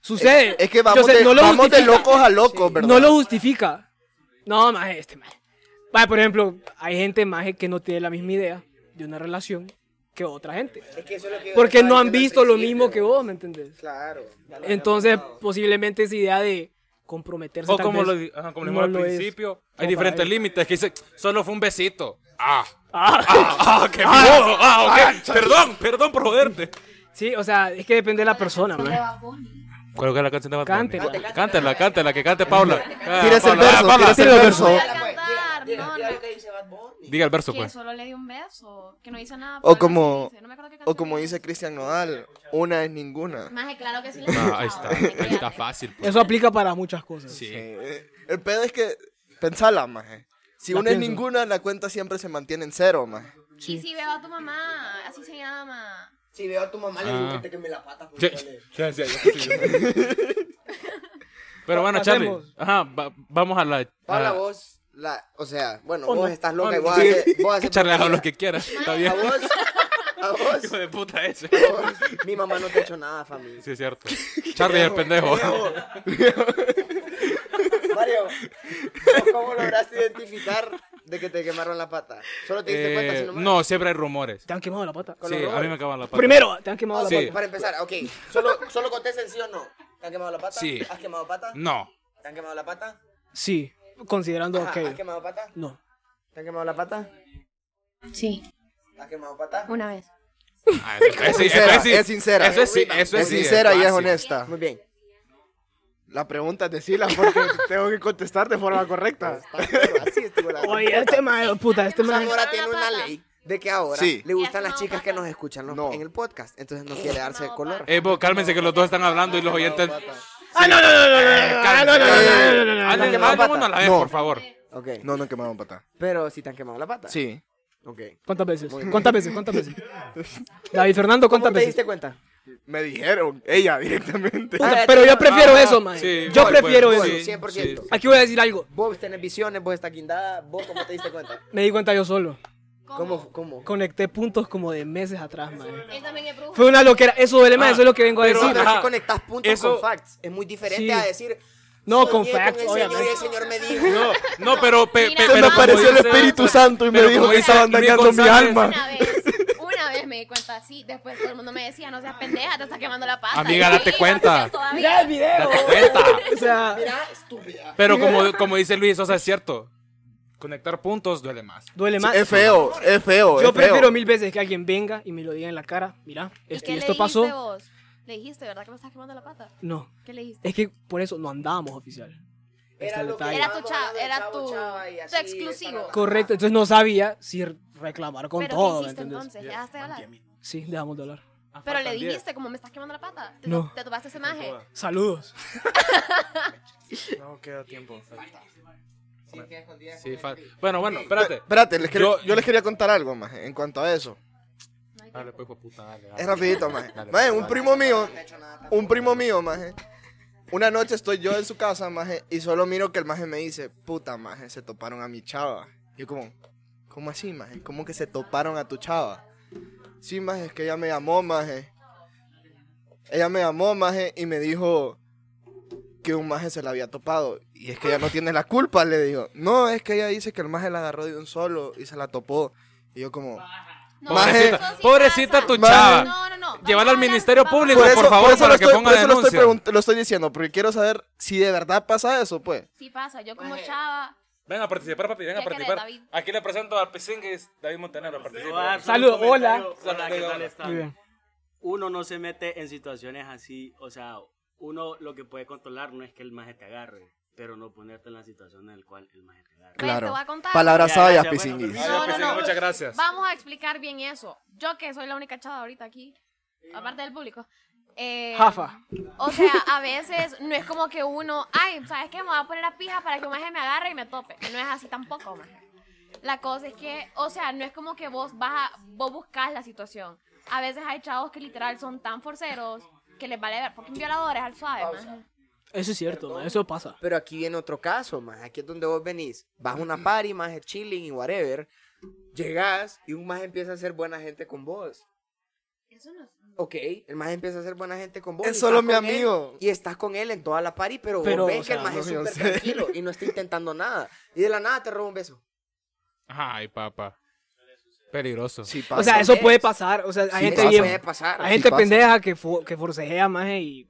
D: Sucede.
E: Es que
D: Yo
E: vamos,
D: sé,
E: de,
D: no lo
E: vamos de
D: justifica.
E: locos a locos, ¿verdad?
D: No lo justifica. No, más este, más. por ejemplo, hay gente más que no tiene la misma idea de una relación que otra gente.
C: Es que eso es lo que yo
D: Porque
C: estaba
D: no han
C: diciendo al
D: visto lo
C: principio.
D: mismo que vos, ¿me entendés?
C: Claro.
D: Entonces, posiblemente esa idea de comprometerse
F: O
D: tal
F: como
D: vez-
F: lo, di- ajá, como lo
D: no
F: dijimos
D: lo
F: al
D: es.
F: principio, hay
D: para
F: diferentes
D: él.
F: límites que dice, solo fue un besito. Ah,
D: Ah,
F: ah, qué modo, ah, ok, perdón, perdón por joderte.
D: sí, o sea, es que depende de la persona, man.
F: ¿Cuál es la canción de Bad Bunny?
D: Cántela.
F: Cántela, cántela, cántela, que cante Paula. Ah,
E: Tírese el
F: Paula, ah,
E: verso,
F: Paula.
E: tírese el
D: Tíralo,
E: verso.
G: Voy a cantar, no, no.
F: Diga el verso,
G: Que
F: pues.
G: solo le di un beso, que no hice nada.
E: O
G: algo
E: como-
G: así dice, no me acuerdo qué
E: O
G: canción
E: como
G: es.
E: dice Cristian Nodal, una es ninguna.
G: Maje, claro que sí. le
F: Ah, ahí está,
G: gustaba,
F: ahí está
G: fíjate.
F: fácil. pues.
D: Eso aplica para muchas cosas.
F: Sí.
E: Eh, El pedo es que, pensala, maje. Si
D: La
E: una es
D: pienso.
E: ninguna, la cuenta siempre se mantiene en cero, maje.
G: Y si veo a tu mamá, así se llama.
C: Si veo a tu mamá, le
F: Ah.
C: digo que te queme la pata.
F: Sí,
C: porque vale.
F: sí, sí, sí, sí. Pero bueno, Charlie.
D: Pasemos.
F: Ajá, va- vamos a la.
C: Paula,
F: a-
C: vos, la, o sea, bueno,
D: Oh,
C: vos
D: Ah. no.
C: estás loca y
F: Sí.
C: vos haces. Vos haces
F: Charlie, haga
C: porquería.
F: lo que quieras. Está bien.
C: A vos, a vos,
F: Hijo de puta ese.
C: a vos. Mi mamá no te ha hecho nada, familia.
F: Sí, es cierto. Charlie es el pendejo.
C: Mario, ¿vos ¿cómo lograste identificar de que te quemaron la pata? Solo te diste cuenta si
F: Eh,
C: no me-
F: no, siempre hay rumores.
D: Te han quemado la pata.
F: Sí, a mí me acaban la pata.
D: Primero, te han quemado
C: Ah,
F: Sí.
D: la
C: pa- Para empezar, ok. Solo, solo contesten sí o no. ¿Te han quemado la pata?
F: Sí.
C: ¿Has quemado pata?
F: No.
C: ¿Te han quemado la pata?
D: pata. Sí, considerando
C: Ajá,
D: aquello.
C: ¿Has quemado pata?
D: No.
C: ¿Te han quemado la pata?
G: Sí,
C: ¿Has quemado pata?
G: una vez.
F: Ah, eso- eso- eso
E: sincera,
F: sí.
E: es sincera.
F: Eso es sí, eso es
E: Es
F: sí,
E: sincera y es
F: fácil.
E: honesta.
C: Muy bien.
E: La pregunta es decirla porque tengo que contestar de forma correcta.
C: Así estuvo la
D: Oye, este maje, puta, este maje.
C: Zamora tiene una ley de que ahora
E: Sí.
C: le gustan
G: Y
C: las
G: has
C: chicas
G: quemado
C: que
G: pata.
C: nos escuchan los-
E: No.
C: en el podcast. Entonces no quiere darse de color.
F: Eh, vos, cálmense que los dos están hablando y los oyentes.
D: Ah, no, no, no, no,
F: Eh,
D: no, no, ah, no, no, no, no, no, no, no, no.
F: Hablen
C: no,
F: hablen
C: no,
F: uno a la vez,
E: no.
F: por favor.
C: Ok.
E: No, no quemaron pata.
C: Pero si te han quemado la pata.
E: Sí.
C: Ok.
D: ¿Cuántas veces? ¿Cuántas veces? ¿Cuántas veces? David Fernando,
C: ¿Cómo
D: ¿cuántas
C: te
D: veces?
C: diste cuenta?
E: Me dijeron, ella directamente.
D: Puta,
C: Ah,
D: pero
C: te-
D: yo prefiero
F: ah,
D: eso, maje.
F: sí,
D: yo
F: voy,
D: prefiero
F: voy,
D: eso.
F: voy. Sí,
C: 100%.
F: sí.
D: Aquí voy a decir algo.
C: Vos tenés visiones, vos estás guindada. ¿Vos cómo te diste cuenta?
D: Me di cuenta yo solo.
C: ¿Cómo? ¿Cómo?
D: Conecté puntos como de meses atrás, maje.
G: Él también es brujo.
D: Fue una loquera. Eso duele más,
F: Ah,
D: eso es lo que vengo a
F: pero-
D: decir.
C: No, pero es
F: Ajá.
C: que conectás puntos
F: Eso-
C: con facts. Es muy diferente
D: Sí.
C: a decir.
D: No,
C: "Soñé
D: con facts,
C: el señor y
D: obviamente.
C: el señor me dijo.
F: No, no, pero. pe-
G: Mira,
F: pe-
G: Se me
F: pero como
G: apareció el
F: dice-
G: Espíritu
E: Santo y
F: pero como dice Luis González,
G: Una vez, una vez me di cuenta así. Después todo el mundo me decía, no seas pendeja, te estás quemando la pata.
F: Amiga,
G: Y yo,
F: date
G: "Sí,
F: cuenta".
G: no sé todavía.
D: Mira el video.
F: Date cuenta.
D: O sea,
C: Mira, estúpida.
F: Pero como, como dice Luis, o sea, es cierto. Conectar puntos duele más.
D: duele más.
E: Es feo, es feo.
D: Yo
E: es feo.
D: prefiero mil veces que alguien venga y me lo diga en la cara. Mira,
G: ¿Y
D: esto,
G: qué
D: y
G: le
D: esto
G: dijiste
D: pasó.
G: vos? Le dijiste, ¿verdad que me estás quemando la pata?
D: No,
G: ¿Qué le dijiste?
D: es que por eso no andábamos oficial. Ahí está el
C: lo que
D: detalle.
G: Era tu
C: estábamos
G: chava,
C: hablando de
G: era
C: chavo,
G: tu-
C: chava y
G: tu
C: así,
G: exclusivo.
C: esta-
D: Correcto, entonces no sabía si reclamar con
G: ¿Pero
D: todo, ¿me
G: qué hiciste
D: entendés?
G: entonces? ¿Dejaste de hablar?
D: Sí, dejamos de hablar.
G: Pero le dijiste, como me estás quemando la pata. Te,
D: No.
G: te tomaste ese maje.
D: Saludos.
E: No queda tiempo.
F: Sí, fa- Bueno, bueno, espérate.
E: Espérate, les quería-
F: Yo-
E: yo, les quería contar algo más en cuanto a eso.
F: Dale, pues, hijo de puta, dale, dale.
E: Es rapidito, maje.
F: Dale,
E: Maje,
F: pues,
E: un
F: dale.
E: primo mío, un primo mío, maje. Una noche estoy yo en su casa, maje, y solo miro que el maje me dice, puta, maje, se toparon a mi chava. Yo como, ¿cómo así, maje? ¿Cómo que se toparon a tu chava? Sí, maje, es que ella me llamó, maje. Ella me llamó, maje, y me dijo que un maje se la había topado. Y es que ella no tiene la culpa, le dijo. No, es que ella dice que el maje la agarró de un solo y se la topó. Y yo como,
G: No,
F: Pobrecita,
G: eso sí
F: pobrecita
G: pasa.
F: tu
E: Maje.
F: chava.
G: No, no, no.
F: Llévala al
G: Vamos a
F: Ministerio
G: hablar-
F: Público, por favor,
E: eso
F: para
E: lo
F: que
E: estoy-
F: ponga
E: por eso lo estoy,
F: denuncia.
E: pregun- lo estoy diciendo, porque quiero saber si de verdad pasa eso, pues.
G: Sí pasa, yo como chava.
F: Ven a participar, papi, ven a
G: Ya querés,
F: participar.
G: David.
F: Aquí le presento al Pisingues, David Montenegro. participa.
D: Saludos, hola.
H: Hola, ¿qué tal están?
D: Muy bien.
H: Uno no se mete en situaciones así, o sea, uno lo que puede controlar no es que el maje te agarre, pero no ponerte en la situación en la cual el maje te agarre.
G: Claro. te voy a contar.
E: Palabras
H: Ya,
E: sabias,
H: ya, bueno,
E: Pisingui.
H: permiso.
F: Adiós,
G: No, no,
F: Pisingues,
G: no.
F: Muchas gracias.
G: Vamos a explicar bien eso. Yo que soy la única chava ahorita aquí, aparte del público. eh,
D: Jafa.
G: O sea, a veces no es como que uno, ay, ¿sabes qué? Me voy a poner a pija para que un maje me agarre y me tope. No es así tampoco, maje. La cosa es que, o sea, no es como que vos vas a, vos buscas la situación. A veces hay chavos que literal son tan forceros que les vale ver, porque violadores al suave, maje.
D: Eso es cierto, ma, eso pasa.
C: Pero aquí viene otro caso, más. Aquí es donde vos venís. Vas a una party, más chilling y whatever. Llegás y un más empieza a ser buena gente con vos.
G: Eso no es-
C: Ok, el más empieza a ser buena gente con vos.
E: Es
C: y
E: solo
C: estás con
E: mi
C: él,
E: amigo.
C: y estás con él en toda la party, pero,
D: Pero,
C: vos ves
D: o
C: que el
D: sea,
C: más es
E: no, yo
C: súper
E: sé.
C: tranquilo y no está intentando nada. Y de la nada te roba un beso.
F: Ay, papá. Peligroso.
E: Sí, pasa.
D: O sea, eso puede pasar. O sea, hay
E: Sí,
D: gente
E: pasa.
D: bien.
C: puede pasar.
D: Hay gente
E: pasa.
D: pendeja que, fo- que forcejea más y.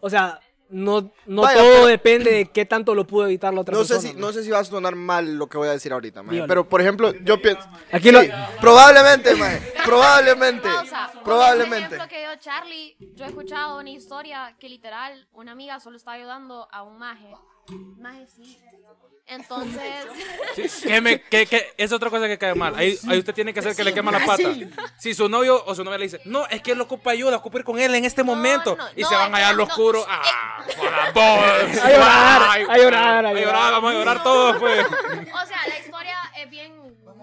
D: O sea, no, no
E: Vaya,
D: todo
E: pero-
D: depende de qué tanto lo pudo evitar la otra
E: No sé,
D: persona.
E: si, no sé si va a sonar mal lo que voy a decir ahorita, maje,
D: Dígalo.
E: pero por ejemplo, yo pienso...
D: Aquí lo-
E: Sí, probablemente, maje, probablemente,
G: Pausa. Con ese
E: probablemente.
G: ejemplo que dio Charlie, yo he escuchado una historia que literal una amiga solo estaba ayudando a un maje. Maje sí. Entonces,
F: Que me, que, que es otra cosa que cae mal. Ahí, ahí usted tiene que hacer que le quema la pata. Si su novio o su novia le dice, no, es que él ocupa ayuda, ocupa ir con él en este
G: No,
F: momento.
G: no,
F: y
G: no,
F: se van
G: es
F: allá
G: que
F: al
G: no.
F: oscuro.
G: Eh.
F: ¡Ah! por la voz!
D: A llorar,
F: Ay,
D: a llorar, a llorar.
F: vamos a llorar todos, pues.
G: o sea, la historia es bien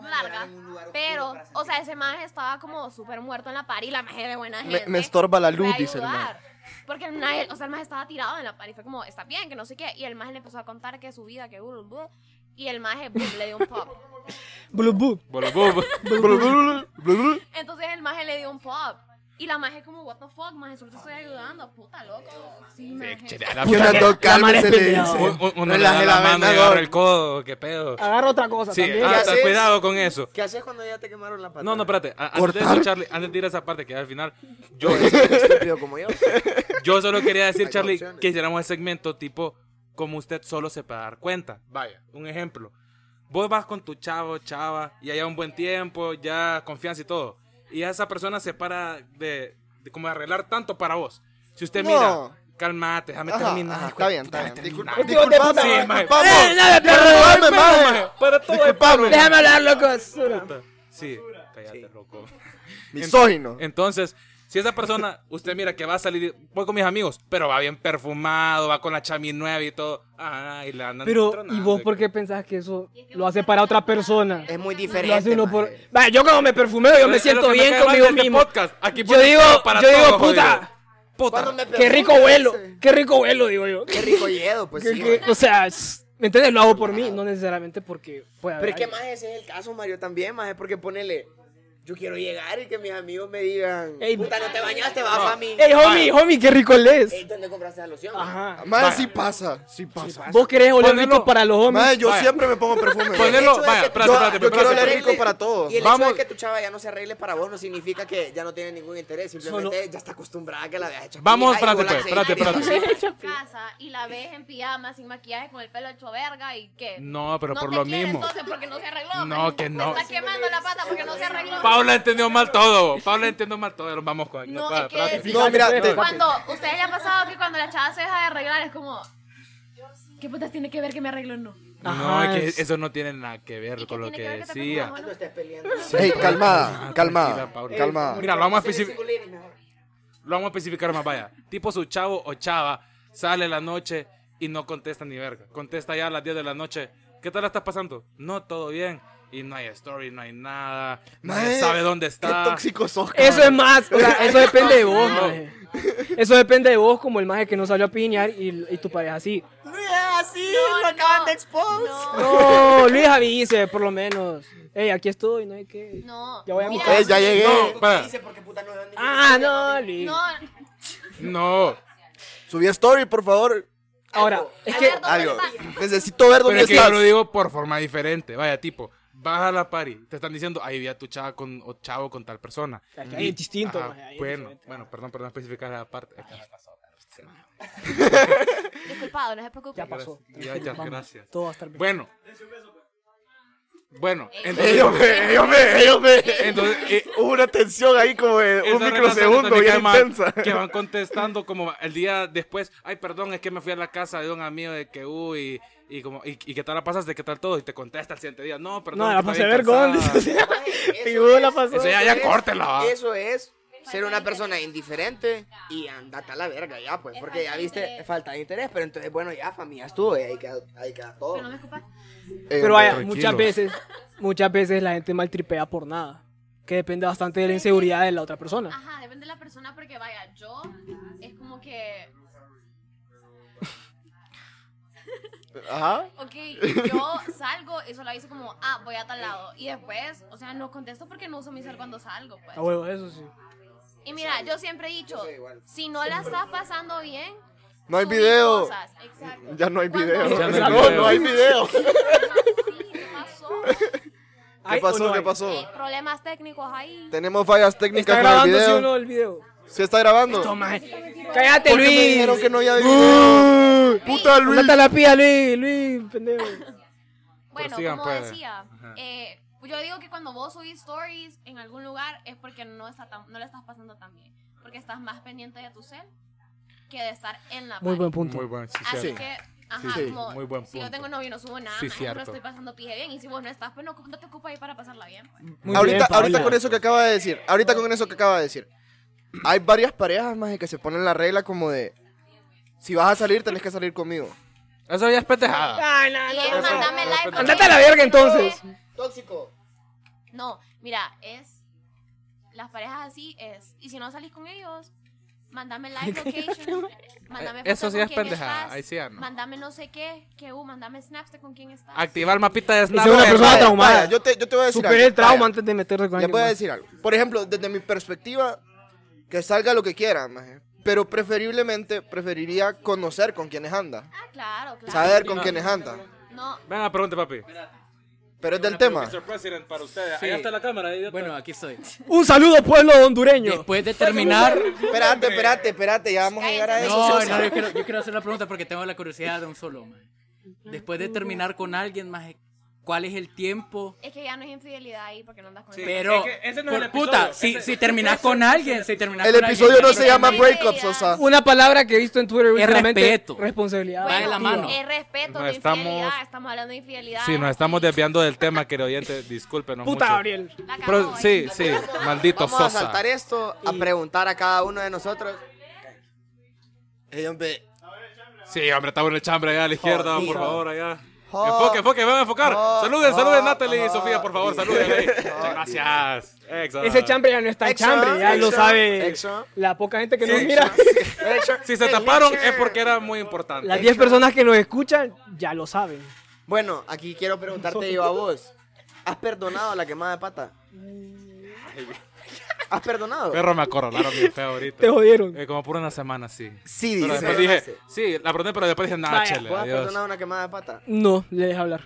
G: larga, pero, o sea, ese maje estaba como súper muerto en la par y la maje de buena
E: Me-
G: gente.
E: me estorba la
G: fue
E: luz,
G: a
E: dice el
G: ayudar. Porque el maje, o sea, el maje estaba tirado en la par y fue como, está bien, que no sé qué. Y el maje le empezó a contar que su vida, que... blu, blu, y el maje blu, le dio un pop.
D: Blue, blue.
F: Bolo, bobo.
G: Entonces el maje le dio un pop. Y la maje como, what the fuck, maje, solo te estoy ayudando, puta loco. Sí, maje.
F: Chete, a la
E: Una
F: puta.
E: dos
D: madre
E: cálmese,
D: es
E: le
D: pendeja,
E: dice.
D: maje.
F: Un- un- Uno le
E: Relaje
F: da la
E: la
F: mano y
E: venda,
F: agarra
E: gordo.
F: el codo, qué pedo.
D: Agarra otra cosa
F: Sí,
D: Ah, también.
F: ah,
C: ¿Qué
F: está-
C: haces?
F: cuidado con eso.
C: ¿Qué haces cuando ya te quemaron la pata?
F: No, no, espérate. A- Antes de
E: ¿Cortar?
F: eso, Charlie, antes de ir a esa parte que ya al final, yo,
C: Estúpido como yo.
F: yo solo quería decir,
C: Hay
F: Charlie,
C: opciones.
F: que hiciéramos el segmento tipo como usted solo se puede dar cuenta. Vaya, un ejemplo. Vos vas con tu chavo, chava, y allá un buen tiempo, ya confianza y todo. Y ya esa persona se para de, de como de arreglar tanto para vos. Si usted
E: No.
F: mira, calmate, déjame
E: Ajá,
F: terminar.
E: ajá,
F: hijo
E: está
F: de
E: bien,
F: puta,
E: está bien.
F: déjame
E: Disculpa,
F: terminar.
E: disculpame,
F: Sí, maje.
E: disculpame.
D: Eh, nada, pero-
E: Perdóname,
F: Pero,
E: maje.
F: maje, Para todo,
E: Disculpame.
D: Déjame hablar, loco.
F: puta. Sí, cállate, loco.
E: Eh, Misógino.
F: Entonces, si esa persona, usted mira que va a salir, voy con mis amigos, pero va bien perfumado, va con la chami nueva y todo. Ah, y la andan
D: Pero,
F: tronando.
D: ¿y vos por qué pensás que eso lo hace para otra persona?
C: Es
E: eh,
C: muy
D: Lo hace
C: diferente.
D: uno por...
C: maje.
D: Vaya, yo cuando me perfumeo, yo
F: Pero
D: me
F: es lo
D: siento
F: que me
D: bien
F: cae mal de
D: conmigo
F: este
D: mismo.
F: podcast. Aquí
D: yo
F: ponen
D: digo,
F: todo para
D: yo digo,
F: todos,
D: puta,
C: Cuando me
D: qué
C: perfumo,
D: rico vuelo,
C: dice.
D: qué rico vuelo, digo yo.
C: Qué rico yedo, pues
D: Que-
C: sí.
D: que-
C: maje.
D: o sea, es- ¿me entiendes? Lo hago por mí, no necesariamente porque
C: Pero
D: pueda haber
C: es que
D: alguien.
C: más ese es el caso, Mario, también, más es porque ponele. Yo quiero llegar y que mis amigos me digan,
D: Ey,
C: puta, no te bañaste, vas a mí.
D: Ey, homie, homie, qué rico lees.
C: Ey, ¿Dónde compraste la loción?
D: Ajá.
E: Maje, sí pasa, sí pasa.
D: Vos querés oler
F: Ponelo.
D: rico para los homies.
E: Maje, yo
F: Vaya.
E: siempre me pongo perfume.
F: Ponelo,
E: maje.
C: El hecho de
F: vaya,
C: que-
F: espérate,
E: yo-
F: espérate,
E: yo quiero
F: espérate.
E: oler rico para todos.
C: Y el
F: Vamos.
C: hecho de que tu chava ya no se arregle para vos no significa que ya no tiene ningún interés, simplemente ya está acostumbrada a que la veas hecha. pija y
F: Vamos, espérate,
C: vos la
F: pues, espérate,
C: enseñas.
F: espérate.
G: Imagínate que vas a tu casa y la ves en pijama, sin maquillaje, con el pelo hecho verga y qué.
F: No, pero por
G: te
F: lo
G: quiere,
F: mismo.
G: Entonces, porque no se arregló.
F: No,
G: maje.
F: que
G: Me
F: no.
G: Está quemando la pata porque no se arregló.
F: Paula entendió mal todo. Paula entendió mal todo. Nos vamos con
G: No,
F: para
G: es que
F: atrás.
G: es-
E: No, mira, te-
G: Cuando ustedes le ha pasado que cuando la chava se deja de arreglar es como, ¿qué putas tiene que ver que me arreglo o no?
F: No,
D: Ajá,
F: es
D: es-
F: que eso no tiene nada que ver
G: ¿Y
F: con
G: qué
F: lo
G: tiene
F: que
G: ver te pongas
F: decía.
G: bajo,
C: No
G: no?
C: estés peleando.
E: Ey, calmada,
F: Ah,
E: calmada,
F: tranquila, Paula.
D: Eh,
E: calmada.
F: Mira, lo vamos a
C: Hacer
F: especificar.
C: simulín, mejor.
F: lo vamos a especificar más, vaya. Tipo su chavo o chava sale la noche y no contesta ni verga. Contesta ya a las 10 de la noche. ¿Qué tal la estás pasando? No, todo bien. Y no hay story, no hay nada. Nadie
E: Maje,
F: sabe dónde
E: Qué
F: está.
E: tóxico sos,
D: Eso es
E: cabrón.
D: más, o sea, eso depende de vos, maje. Eso depende de vos, como el maje que no salió a piñar y, y tu pareja sí.
C: No es así,
G: No,
C: Ah, lo acaban
G: no,
C: de expose.
G: No,
D: No, Luis avise, por lo menos. Ey, aquí estoy, no hay que.
G: no.
D: Ya voy a
G: Mira,
D: mostrar.
E: Ey, Eh, ya llegué.
F: No, para.
C: Dice porque puta no veo ni-
D: Ah, no, Luis.
G: No,
F: No.
E: Subí story, por favor.
D: Ahora, es que.
G: Alberto, ¿dónde
E: Algo.
G: estás?
E: Necesito ver
F: Pero
E: dónde
F: es que yo
E: estás.
F: lo digo por forma diferente. Vaya, tipo, vas a la party, te están diciendo, ahí vi a tu chava con, o chavo con tal persona.
D: Es que hay distinto,
F: Ajá,
D: maje, hay
F: bueno,
D: diferente.
F: bueno, perdón, perdón, especificar la parte.
G: Disculpado, no se preocupe.
D: Ya pasó.
F: Ya, ya,
D: Vamos,
F: gracias.
D: Todo va a estar bien.
F: Bueno. Bueno, entonces,
E: Ellos me, ellos me, ellos me.
F: entonces, eh,
E: Hubo una tensión ahí como de un
F: Esas
E: microsegundo bien
F: relaciones también que van-
E: intensa.
F: Que van contestando como el día después, ay, perdón, es que me fui a la casa de un amigo de que, uy, y como, y, y qué tal la pasaste, qué tal todo, y te contesta el siguiente día, no, perdón.
D: No,
F: que
D: la
F: estaba
D: pasé
F: bien
D: vergón.
F: cansada".
D: Figura, la pasó.
F: Eso ya, ya
C: es-
F: córtela, va.
C: Eso es ser una persona indiferente y andate a la verga ya, pues, porque ya viste falta de interés, pero entonces, bueno, ya, familia, estuvo, y ahí queda, ahí queda todo.
G: Pero no me escupas.
E: Eh,
D: Pero vaya,
F: Tranquilos.
D: muchas veces, muchas veces la gente maltripea por nada. Que depende bastante de la inseguridad de la otra persona.
G: Ajá, depende de la persona porque vaya, yo es como que,
E: Ajá.
G: ok, yo salgo y solo hice como, ah, voy a tal lado. Y después, o sea, no contesto porque no uso mi celular cuando salgo, pues.
F: Ah,
D: A huevo, eso sí.
G: Y mira, yo siempre he dicho, si no la estás pasando bien,
E: No hay
G: subí
E: video.
G: cosas. Exacto.
E: Ya no hay
G: Cuando-
E: video.
F: Ya no hay
E: no,
F: video.
E: no hay video.
G: Sí, ¿qué pasó?
E: ¿Qué
D: ¿Hay o
E: pasó?
D: no
E: ¿Qué
D: hay?
G: Hay
E: pasó?
G: problemas técnicos ahí.
E: Tenemos fallas técnicas
D: ¿Está
E: con el
D: grabando sí o
E: video.
D: no el video?
E: ¿Sí está grabando?
D: ¡Cállate,
E: Porque me
D: Luis!
E: dijeron que no había video. ¡Puta
D: ¿Dónde
E: Luis!
D: está la pía, Luis? Luis, pendejo.
G: Bueno,
F: Prosigan,
G: como
F: pues.
G: decía,
F: Ajá.
G: eh, yo digo que cuando vos subís stories en algún lugar es porque no, está tan- no le estás pasando tan bien. Porque estás más pendiente de tu cel que de estar en la
D: Muy
G: party.
D: buen punto.
F: Muy bueno, sí,
G: Así
F: cierto.
G: que, ajá,
F: Sí,
G: como
F: muy buen
G: si yo
F: punto.
G: tengo novio no subo nada,
F: Sí,
G: más, pero
F: cierto.
G: estoy pasando pije bien. Y si vos no estás, pues no, no te ocupas ahí para pasarla bien.
D: Muy
E: ahorita,
D: bien, Paola.
E: ahorita con eso que acaba de decir, ahorita con eso que acaba de decir, hay varias parejas más que se ponen la regla como de, si vas a salir, tenés que salir conmigo.
F: Eso ya es pendejada.
D: Ay, no,
G: Y
D: no.
G: es,
F: no,
G: mándame
F: no,
G: like,
F: no, no.
G: porque
D: Andate a la verga, entonces.
C: Tóxico.
G: No, mira, es. Las parejas así es. Y si no salís con ellos, mándame live location. mándame
F: Eh, Eso
G: fotos
F: sí
G: con
F: es
G: quién
F: pendejada,
G: estás,
F: ahí sí ya no.
G: Mándame no sé qué, que uh, mándame snaps de con quién estás.
F: Activar el mapita de
D: Esa
F: Snap.
D: es una
E: Vaya,
D: persona
E: vaya,
D: traumada.
E: vaya, yo, te, yo te voy a decir
D: Superé
E: algo,
D: el trauma
E: vaya,
D: antes de meterte con
E: Les
D: alguien
E: voy a
D: más.
E: decir algo. Por ejemplo, desde mi perspectiva, que salga lo que quiera, maje, pero preferiblemente preferiría conocer con quienes anda,
G: Ah, claro, claro.
E: saber con quienes anda.
G: No,
F: Venga, pregunta, papi.
E: Pero es del tema.
F: Mr. President, para ustedes.
I: Sí.
F: Ahí está la cámara, idiota.
I: Bueno, aquí estoy.
D: Un saludo, pueblo hondureño.
I: Después de terminar.
E: Espérate, espérate, espérate, ya vamos a llegar a eso.
I: No,
E: Sosa.
I: no, yo quiero, yo quiero hacer la pregunta porque tengo la curiosidad de un solo, maje. Después de terminar con alguien, maje, ¿cuál es el tiempo?
G: es que ya no es infidelidad ahí porque no andas con él.
I: Pero,
F: es que ese no es
I: por
F: el
I: puta,
F: episodio,
I: si,
F: ese-
I: si terminas con alguien, si terminas
E: El
I: con
E: episodio
I: alguien,
E: no se llama
G: Break
E: Breakup, Sosa.
D: Una palabra que he visto en Twitter
I: Es
D: últimamente.
I: respeto.
D: Responsabilidad.
I: Va de la mano.
G: Es respeto,
F: Nos
G: no
F: estamos-
G: infidelidad. Estamos hablando de infidelidad.
F: Sí, nos estamos desviando del tema, querido oyente. Discúlpenos.
D: Puta,
F: mucho.
D: Gabriel.
G: La eh. cagó,
F: Pero,
G: ahí.
F: sí, sí, maldito
C: Vamos a
F: Sosa.
C: saltar esto, a preguntar a cada uno de nosotros.
E: Ey, hombre,
F: Sí, hombre, está bueno el chambre allá a la izquierda, por
C: Jodido.
F: favor, allá.
C: Jodido.
F: Enfoque, enfoque, van a enfocar.
C: Jodido.
F: Saluden, saluden, Natalie y
C: Jodido.
F: Sofía, por favor, saluden. ahí. Muchas gracias. Ah. Exo.
D: Ese chambre ya no está en
C: Extra,
D: chambre, ya lo
C: extra,
D: sabe
C: extra.
D: la poca gente que nos mira.
F: Si se taparon es porque era muy importante.
D: Las 10 personas que nos escuchan ya lo saben.
C: Bueno, aquí quiero preguntarte yo a vos. ¿Has perdonado a la quemada de pata? ¿Has perdonado?
F: Perro me acorralaron bien feo ahorita.
D: Te jodieron.
F: Eh, como por una semana, sí.
C: Sí,
F: Pero
C: dice.
F: después dije, sí, la pregunté, pero después dije, nada,
D: Vaya,
F: chele,
C: ¿Vos has
F: adiós.
C: perdonado una quemada de pata?
D: No, le deja hablar.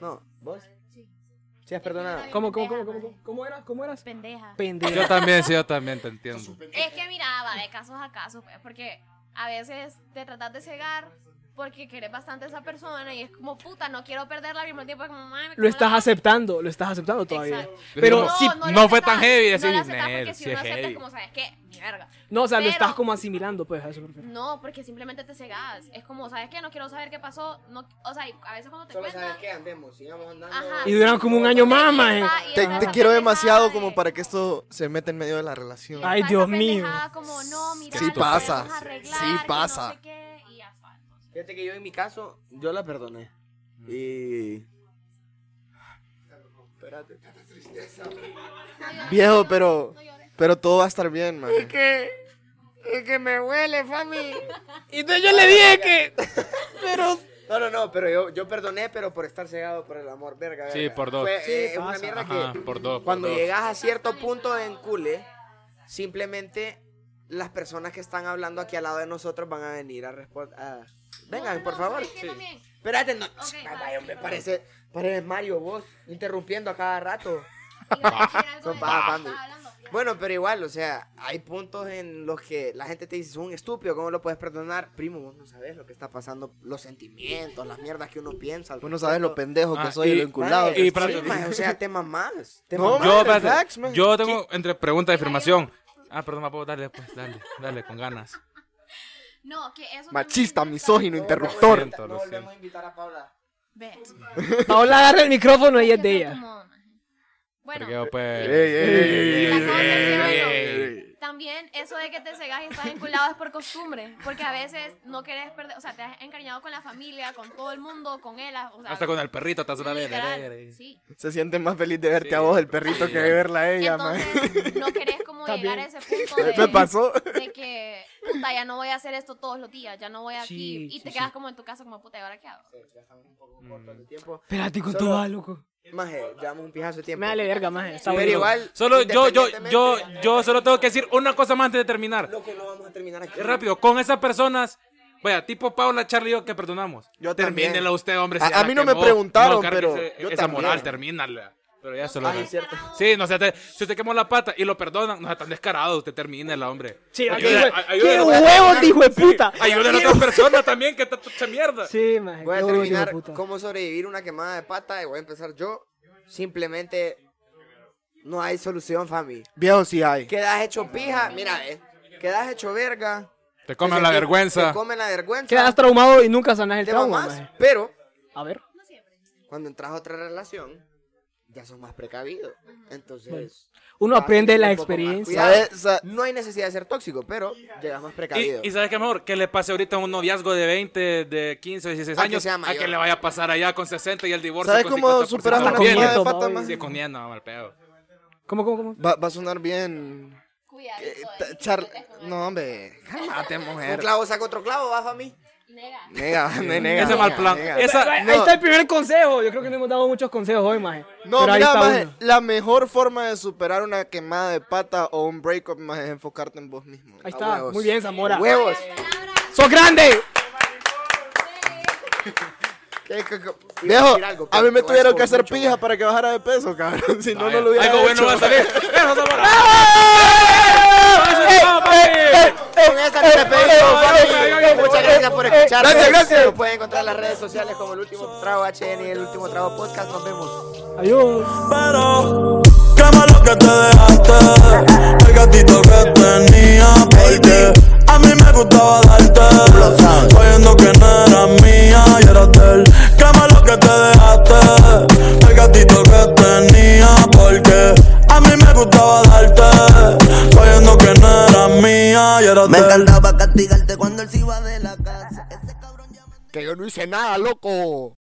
C: No, ¿vos? Sí, has perdonado.
D: ¿Cómo, cómo, cómo, cómo, cómo, cómo era? ¿Cómo eras?
G: Pendeja.
F: Yo
D: Pendejo.
F: también, sí, yo también te entiendo.
G: Es que mira, va de casos a casos, pues, porque a veces te tratas de cegar porque querés bastante a esa persona y es como puta, no quiero perderla al mismo tiempo es como mami.
D: Lo estás aceptando, lo estás aceptando todavía.
G: Exacto.
D: Pero
F: No,
D: sí,
F: no fue tan heavy,
G: No
F: decís,
G: lo aceptas porque
F: "Nel,
G: si
F: sí
G: uno
F: es
G: acepta es
F: heavy".
G: como sabes qué, mi verga.
D: no, o sea, lo
G: Pero-
D: estás como asimilando, pues, a eso me refiero.
G: No, porque simplemente te cegas. Es como, ¿sabes qué? No quiero saber qué pasó. No, o sea, y a veces cuando te
C: Solo
G: cuentan.
C: sabes que andemos, sigamos andando.
G: Ajá.
D: Y duran como un año más, maje.
G: está- y
E: Te,
G: está
E: te
G: esa
E: quiero
G: pendejada
E: demasiado
G: de-
E: como para que esto se meta en medio de la relación.
G: y
D: Ay,
G: está
D: Dios
G: esa pendejada
D: mío.
G: Como, no, mira,
E: Sí
G: lo
E: pasa,
G: podemos
E: sí
G: arreglar, que no sé
E: pasa.
G: qué, y ya está, entonces.
C: Fíjate que yo en mi caso, yo la perdoné. Y... Espérate.
E: Viejo, pero,
G: No llores.
E: pero todo va a estar bien, man.
C: Que... Es que me huele, fami.
D: Entonces yo le dije que.
C: No, no, no, pero yo, yo perdoné, pero por estar cegado por el amor, verga.
F: Sí,
C: verga.
F: por dos.
C: Fue, eh, es una
D: pasa.
C: mierda
F: Ajá,
C: que
F: por dos. por
C: cuando
F: dos.
C: llegas a cierto punto en cule, simplemente las personas que están hablando aquí al lado de nosotros van a venir a, respo- a Vengan, por favor.
G: Es que también,
C: Espérate, no.
G: Ok,
C: Ay,
G: va,
C: vaya, hombre,
G: sí,
C: parece, parece Mario vos, interrumpiendo a cada rato.
G: iba a decir algo
C: Son
G: de-
C: paja,
G: estaba
C: Andy.
G: hablando, ya.
C: Bueno, pero igual, o sea, hay puntos en los que la gente te dice, es un estúpido, ¿cómo lo puedes perdonar? Primo, vos no sabes lo que está pasando, los sentimientos, las mierdas que uno piensa. al
E: Vos no
C: respecto.
E: sabes lo pendejo que
F: Ah,
E: soy y
F: y-
E: lo enculado.
C: Mae,
F: Y
C: sí,
F: para-
C: mae, o sea, temas más.
E: No, mae.
C: Temas más.
F: Yo, espérate,
E: relax, man.
F: yo tengo entre pregunta y afirmación. Ah, perdón, me puedo darle después. Dale, dale, con ganas.
G: No, que eso
E: Machista,
G: también-
E: misógino, interruptor.
F: Siento,
C: No
F: lo
C: volvemos a
F: siento.
C: invitar a Paula.
G: Ve.
D: Paola agarra el micrófono y
G: Que
D: es de
G: me
D: ella.
G: acomodo, maje.
F: Porque,
G: Bueno,
F: pues,
G: la cosa es que, bueno, también eso de que te cegas y estás vinculado es por costumbre, porque a veces no querés perder, o sea, te has encariñado con la familia, con todo el mundo, con él, o sea,
F: Hasta con el perrito te hace una
G: literal,
F: vez.
G: Sí.
E: Se siente más feliz de verte
F: Sí,
E: a vos, el perrito,
F: sí.
E: que de verla a ella, man.
G: Entonces, no querés como
D: Está
G: llegar a
D: bien.
G: ese punto de,
E: Me pasó.
G: de que, puta, ya no voy a hacer esto todos los días, ya no voy aquí,
D: Sí,
G: y
D: sí,
G: te
D: sí.
G: quedas como en tu casa como, puta, ¿y ahora qué hago?
D: Espérate con
C: Solo-
D: todo, loco.
C: Maje, llevamos un pijazo de tiempo.
D: Me vale verga, maje. Está
C: Pero
D: bueno.
C: igual.
F: Solo yo, yo, yo,
C: independientemente,
F: yo solo tengo que decir una cosa más antes de terminar.
C: Lo que no vamos a terminar aquí.
F: Rápido, con esas personas, vaya, tipo Paula, Charlie y yo que perdonamos.
E: Yo también.
F: Termínela usted, hombre.
E: A-
F: ya
E: a
F: la
E: mí no me
F: quemó.
E: preguntaron,
F: Carmen,
E: pero
F: ese-
E: yo
F: esa moral,
E: también.
F: termínala. Pero ya se lo
C: Ah,
F: dije.
C: es cierto.
F: Sí, no, o sea, te- si usted quemó la pata y lo perdonan, no sea tan descarado, usted termínela, hombre.
D: Sí, aquí,
F: Ayude-
D: güey.
F: ay- ayude-
D: ¡Qué huevos, de hijo de puta!
F: Ayude a la otra persona también, que está hecha mierda.
D: Sí, maje.
C: Voy a
D: qué huevos de hijo de
C: terminar
D: puta.
C: cómo sobrevivir una quemada de pata y voy a empezar yo. Simplemente no hay solución, fami.
E: Viejo, sí hay.
C: Quedas hecho pija, mira, eh. Quedas hecho verga.
F: Te comen la
C: Te-
F: vergüenza.
C: Te comen la vergüenza.
D: Quedas traumado y nunca sanas el
C: te
D: trauma,
C: mamás,
D: maje.
C: pero
D: A ver.
C: cuando entras a otra relación, ya sos más precavido. Entonces.
D: Uno
C: vas
D: aprende de la
C: un poco más
D: experiencia.
C: cuidado.
E: ¿Sabes? Sa-
C: No hay necesidad de ser tóxico, pero llegas más
F: Y,
C: precavido.
F: y sabes qué mejor, que le pase ahorita un noviazgo de 20, de 15, 16
C: A que
F: años,
C: sea
F: a
C: mayor.
F: que le vaya a pasar allá con 60 y el divorcio.
E: ¿Sabes
F: con
E: cómo
F: 50%
E: superas una
D: también.
E: comida de
D: Nieto,
E: pata,
D: no,
E: man?
F: Sí, con niña, no, mal pedo.
D: ¿Cómo, cómo, cómo?
E: Va, va a sonar bien.
G: Cuidado.
E: eh, ta- char- No, hombre. Cálmate,
C: Un
E: mujer.
C: clavo saca otro clavo, va, fami.
G: Nega.
E: Nega, ne- nega.
F: Ese mal plan.
E: nega.
F: Esa,
D: Ahí está el primer consejo. Yo creo que no hemos dado muchos consejos hoy, maje.
E: No,
D: Pero ahí
E: mira,
D: está
E: maje,
D: uno.
E: la mejor forma de superar una quemada de pata o un breakup maje, es enfocarte en vos mismo.
D: Ahí
C: A
D: está.
C: huevos.
D: Muy bien, Zamora.
C: Huevos.
D: ¡Sos grande!
E: ¿Qué, qué, qué?
C: Iba a
E: Viejo,
C: decir algo,
E: a
C: pero
E: mí me
C: te voy a
E: tuvieron que
C: escoger
E: hacer
C: mucho,
E: pija
C: maje.
E: para que bajara de peso, cabrón. Si no,
F: Vaya,
E: no lo hubiera
F: Algo bueno
E: hecho,
F: va a
E: maje.
F: salir. Eso, Zamora. Eso, Zamora, papi.
C: Con esta que te pedimos, Fabi. Muchas gracias por escucharnos.
E: Gracias, gracias.
C: Nos pueden encontrar en las redes sociales como el último trago HN y el último trago podcast. Nos vemos.
D: Adiós.
J: Pero quema lo que te dejaste El gatito que tenía Porque a mí me gustaba darte Oyendo que no era mía y era de él Quema lo que te dejaste El gatito que tenía Porque a mí me gustaba darte Oyendo que no era mía y era de
K: Me
J: él
K: encantaba castigarte cuando él se iba de la casa. Ese cabrón ya me-
E: Que yo no hice nada, loco.